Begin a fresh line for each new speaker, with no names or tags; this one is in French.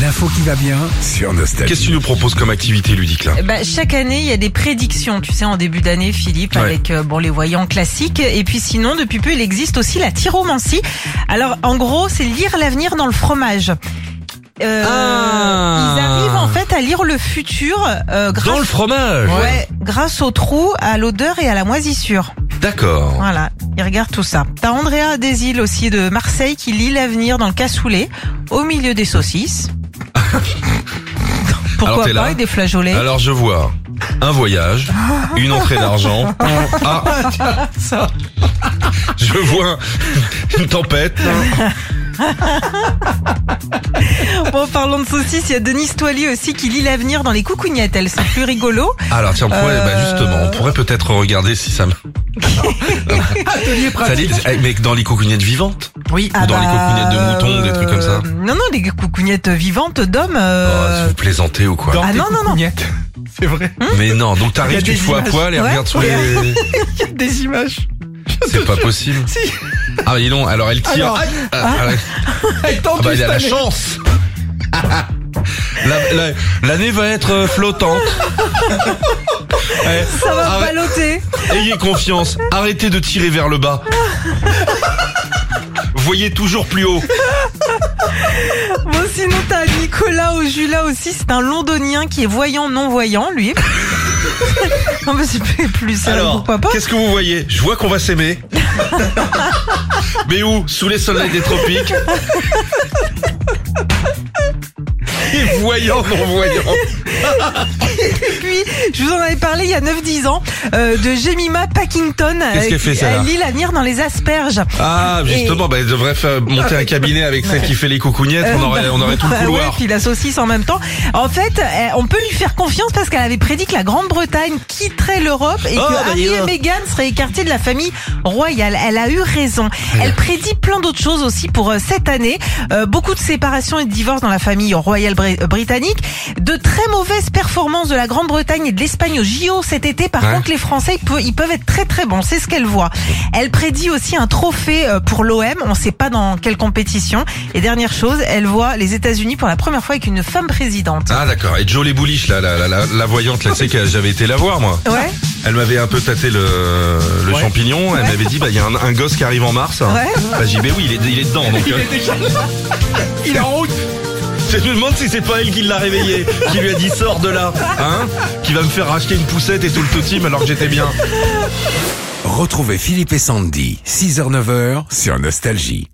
L'info qui va bien.
sur Nostalgie.
Qu'est-ce que tu nous proposes comme activité ludique là
Eh ben, chaque année, il y a des prédictions, tu sais, en début d'année, Philippe,
Ouais.
avec euh, bon les voyants classiques. Et puis sinon, depuis peu, il existe aussi la tyromancie. Alors, en gros, c'est lire l'avenir dans le fromage. Euh,
Ah.
Ils arrivent en fait à lire le futur euh, grâce,
Dans le fromage
ouais, grâce au trou, à l'odeur et à la moisissure.
D'accord.
Voilà, ils regardent tout ça. T'as Andrea Desil aussi de Marseille qui lit l'avenir dans le cassoulet, au milieu des saucisses.
Alors,
Pourquoi
t'es là
pas, et des flageolets.
Alors je vois un voyage, une entrée d'argent. Ah Je vois une tempête.
Bon, parlons de saucisses, il y a Denise Toily aussi qui lit l'avenir dans les coucougnettes. Elles sont plus rigolo.
Alors tiens, on pourrait,
Euh.
bah, justement, on pourrait peut-être regarder si ça. me-
Atelier
Ça
pratique.
dit, eh, mais dans les cocognettes vivantes.
Oui.
Ou dans les coucougnettes de moutons, des trucs comme ça.
Ah bah, euh, Non, non, des coucougnettes vivantes d'hommes.
Oh, si
euh,
vous plaisantez ou quoi
Dans
Ah
tes
non, non, non.
coucougnettes. C'est vrai.
Mais non, donc
Il y
t'arrives,
a
tu
des
te fous à
images.
poil et
Ouais.
regarde sur les.
Il y a des images.
C'est pas possible.
Si,
Ah mais dis donc, alors elle tire.
Alors,
Aïe. Ah, ouais.
elle tente
Ah bah
de
il a la
se tanner.
chance La- la- L'année va être euh, flottante. Eh,
Ça va
arrête-
baloter.
ayez confiance, arrêtez de tirer vers le bas. Voyez toujours plus haut.
Ah, Bon, sinon, t'as Nicolas Ojula aussi. C'est un londonien qui est voyant-non-voyant, lui. non, mais c'est plus- plus ça,
Alors,
pourquoi pas.
qu'est-ce que vous voyez Je vois qu'on va s'aimer. Mais où Sous les soleils des tropiques. Et voyant, non voyant.
Puis, je vous en avais parlé il y a 9-10 ans, euh, de Jemima Packington.
Qu'est-ce
euh,
qu'elle fait,
qui-
celle-là
Elle lit l'avenir dans les asperges.
Ah, justement, bah, elle devrait faire monter
Ah,
un cabinet avec celle qui fait les coucougnettes. On aurait, on aurait tout le
Bah ouais,
couloir.
puis la saucisse en même temps. En fait, euh, on peut lui faire confiance parce qu'elle avait prédit que la Grande-Bretagne quitterait l'Europe et
Oh,
que
bah, dis
Harry et
donc.
Meghan seraient écartés de la famille royale. Elle a eu raison. Elle prédit plein d'autres choses aussi pour euh, cette année. Euh, beaucoup de séparations et de divorces dans la famille royale bri- euh, britannique. De très mauvaises performances de la Grande-Bretagne et de l'Espagne au JO cet été. Par
Ouais.
contre, les Français, ils peuvent, ils peuvent être très très bons. C'est ce qu'elle voit. Elle prédit aussi un trophée euh, pour l'OM. On ne sait pas dans quelle compétition. Et dernière chose, elle voit les États-Unis pour la première fois avec une femme présidente.
Ah d'accord, et Joe les Boulish, là, la, la, la, la voyante, là, tu sais que j'avais été la voir moi.
Ouais,
Elle m'avait un peu tâté le, le
Ouais.
champignon, elle m'avait dit, bah il y a un, un gosse qui arrive en mars.
Ouais.
Bah j'ai dit, bah oui, il est, il est dedans. Donc,
Il
euh,
est déjà là. Il est en route.
je me demande si c'est pas elle qui l'a réveillé, qui lui a dit sors de là, hein, qui va me faire racheter une poussette et tout le totim alors que j'étais bien.
Retrouvez Philippe et Sandy, 6h-9h sur Nostalgie.